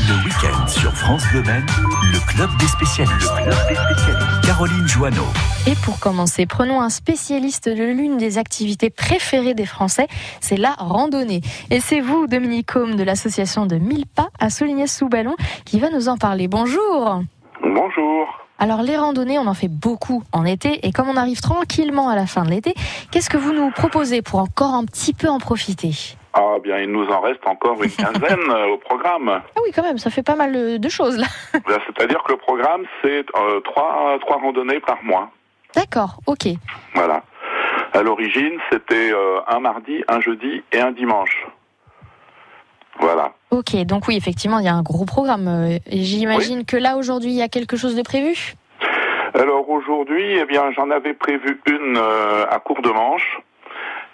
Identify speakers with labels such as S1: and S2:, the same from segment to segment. S1: Le week-end sur France Bleu Maine, le club des spécialistes. Caroline Joanneau.
S2: Et pour commencer, prenons un spécialiste de l'une des activités préférées des Français, c'est la randonnée. Et c'est vous, Dominique Home, de l'association de 1000 pas à Soligné-sous-Ballon, qui va nous en parler. Bonjour
S3: Bonjour.
S2: Alors les randonnées, on en fait beaucoup en été, et comme on arrive tranquillement à la fin de l'été, qu'est-ce que vous nous proposez pour encore un petit peu en profiter
S3: Ah bien, il nous en reste encore une quinzaine euh, au programme.
S2: Ah oui, quand même, ça fait pas mal euh, de choses là.
S3: Ben, C'est-à-dire que le programme, c'est euh, trois, trois randonnées par mois.
S2: D'accord, ok.
S3: Voilà. À l'origine, c'était euh, un mardi, un jeudi et un dimanche. Voilà.
S2: Ok, donc oui, effectivement, il y a un gros programme. euh, et J'imagine que là, aujourd'hui, il y a quelque chose de prévu
S3: Alors aujourd'hui, eh bien, j'en avais prévu une euh, à court de manche.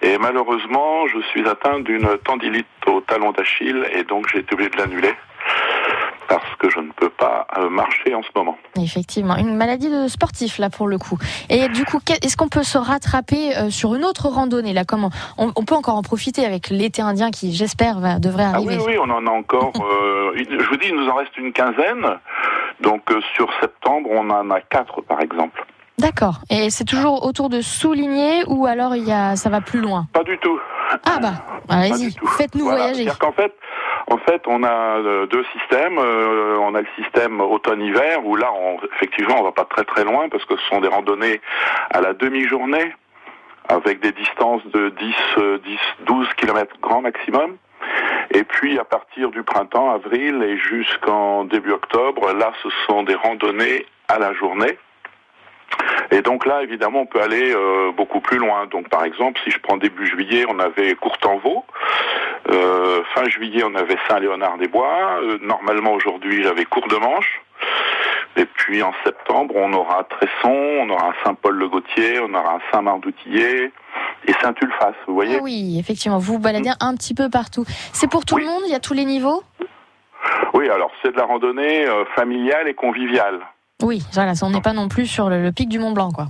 S3: Et malheureusement, je suis atteint d'une tendinite au talon d'Achille et donc j'ai été obligé de l'annuler parce que je ne peux pas euh, marcher en ce moment.
S2: Effectivement, une maladie de sportif, là, pour le coup. Et du coup, qu'est- est-ce qu'on peut se rattraper euh, sur une autre randonnée, là Comment on, on peut encore en profiter avec l'été indien qui, j'espère, va- devrait
S3: Ah oui,
S2: arriver
S3: oui, on en a encore. euh, une- je vous dis, il nous en reste une quinzaine. Donc euh, sur septembre, on en a quatre par exemple.
S2: D'accord. Et c'est toujours autour de souligner ou alors il y a, ça va plus loin
S3: Pas du tout.
S2: Ah bah, allez-y,
S3: du tout.
S2: faites-nous
S3: Voilà,
S2: voyager.
S3: C'est-à-dire qu'en fait, en fait, on a euh, deux systèmes. Euh, on a le système automne-hiver où là, on, effectivement, on va pas très très loin parce que ce sont des randonnées à la demi-journée avec des distances de 10, euh, 10, 12 kilomètres grand maximum. Et puis à partir du printemps, avril et jusqu'en début octobre, là, ce sont des randonnées à la journée. Et donc là, évidemment, on peut aller euh, beaucoup plus loin. Donc par exemple, si je prends début juillet, on avait Courtanvaux. Euh, fin juillet, on avait Saint-Léonard-des-Bois. Euh, normalement, aujourd'hui, j'avais Cours de Manche. Et puis en septembre, on aura Tresson, on aura Saint-Paul-le-Gautier, on aura Saint-Marc-d'Outillet et Saint-Ulphace. Vous
S2: Ah
S3: voyez
S2: oui, effectivement, vous vous baladez un petit peu partout. C'est pour tout
S3: Oui.
S2: le monde, il y a tous les niveaux
S3: Oui, alors c'est de la randonnée euh, familiale et conviviale.
S2: Oui, voilà, ça, on n'est pas non plus sur le, le pic du Mont Blanc, quoi.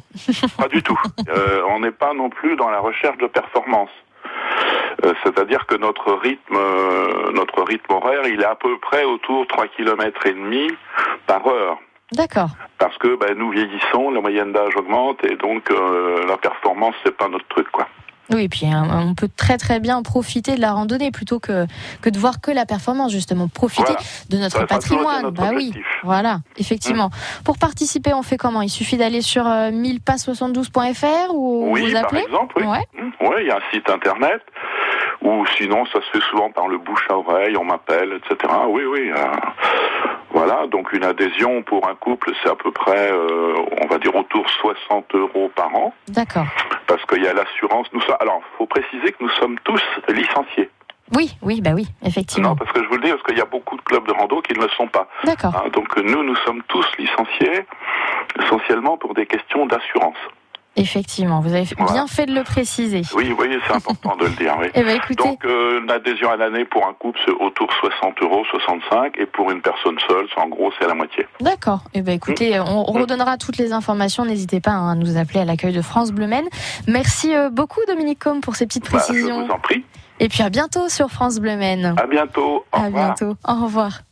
S3: Pas du tout. Euh, on n'est pas non plus dans la recherche de performance. Euh, C'est-à-dire que notre rythme, euh, notre rythme horaire, il est à peu près autour de 3 km et demi par heure.
S2: D'accord.
S3: Parce que ben, nous vieillissons, la moyenne d'âge augmente et donc euh, la performance c'est pas notre truc quoi.
S2: Oui, et puis hein, on peut très très bien profiter de la randonnée plutôt que, que de voir que la performance, justement. Profiter
S3: Voilà.
S2: de notre
S3: Ça a toujours été
S2: patrimoine.
S3: notre
S2: bah oui,
S3: objectif. Hein
S2: voilà, effectivement. Pour participer, on fait comment Il suffit d'aller sur euh, 1000pas72.fr ou
S3: Oui,
S2: vous
S3: par
S2: appelez
S3: exemple, oui.
S2: Ouais.
S3: Mmh, Oui, il y a un site internet, ou sinon ça se fait souvent par le bouche à oreille, on m'appelle, etc. Oui, oui. euh, voilà, donc une adhésion pour un couple, c'est à peu près, euh, on va dire, autour de 60 euros par an,
S2: D'accord.
S3: parce qu'il y a l'assurance. Nous sommes, alors, faut préciser que nous sommes tous licenciés.
S2: Oui, oui, bah oui,
S3: Non,
S2: effectivement.
S3: parce que je vous le dis, parce qu'il y a beaucoup de clubs de rando qui ne le sont pas.
S2: D'accord.
S3: hein. donc nous, nous sommes tous licenciés, essentiellement pour des questions d'assurance.
S2: Effectivement, vous avez fait-
S3: Ah. Voilà.
S2: bien fait de le préciser.
S3: Oui, vous voyez, c'est important de le dire. Oui.
S2: Eh bien, écoutez,
S3: Donc euh, l'adhésion à l'année pour un couple c'est autour de 60 euros, 65, et pour une personne seule, c'est en gros c'est à la moitié.
S2: d'accord. Eh bien, écoutez,
S3: Mm.
S2: on redonnera toutes les informations. N'hésitez pas hein, à nous appeler à l'accueil de France Bleu Maine. Merci euh, beaucoup, Dominique Combe, pour ces petites
S3: Bah, je
S2: précisions.
S3: vous en prie.
S2: Et puis à bientôt sur France Bleu Maine.
S3: À bientôt. Au
S2: À
S3: revoir.
S2: bientôt. Au revoir.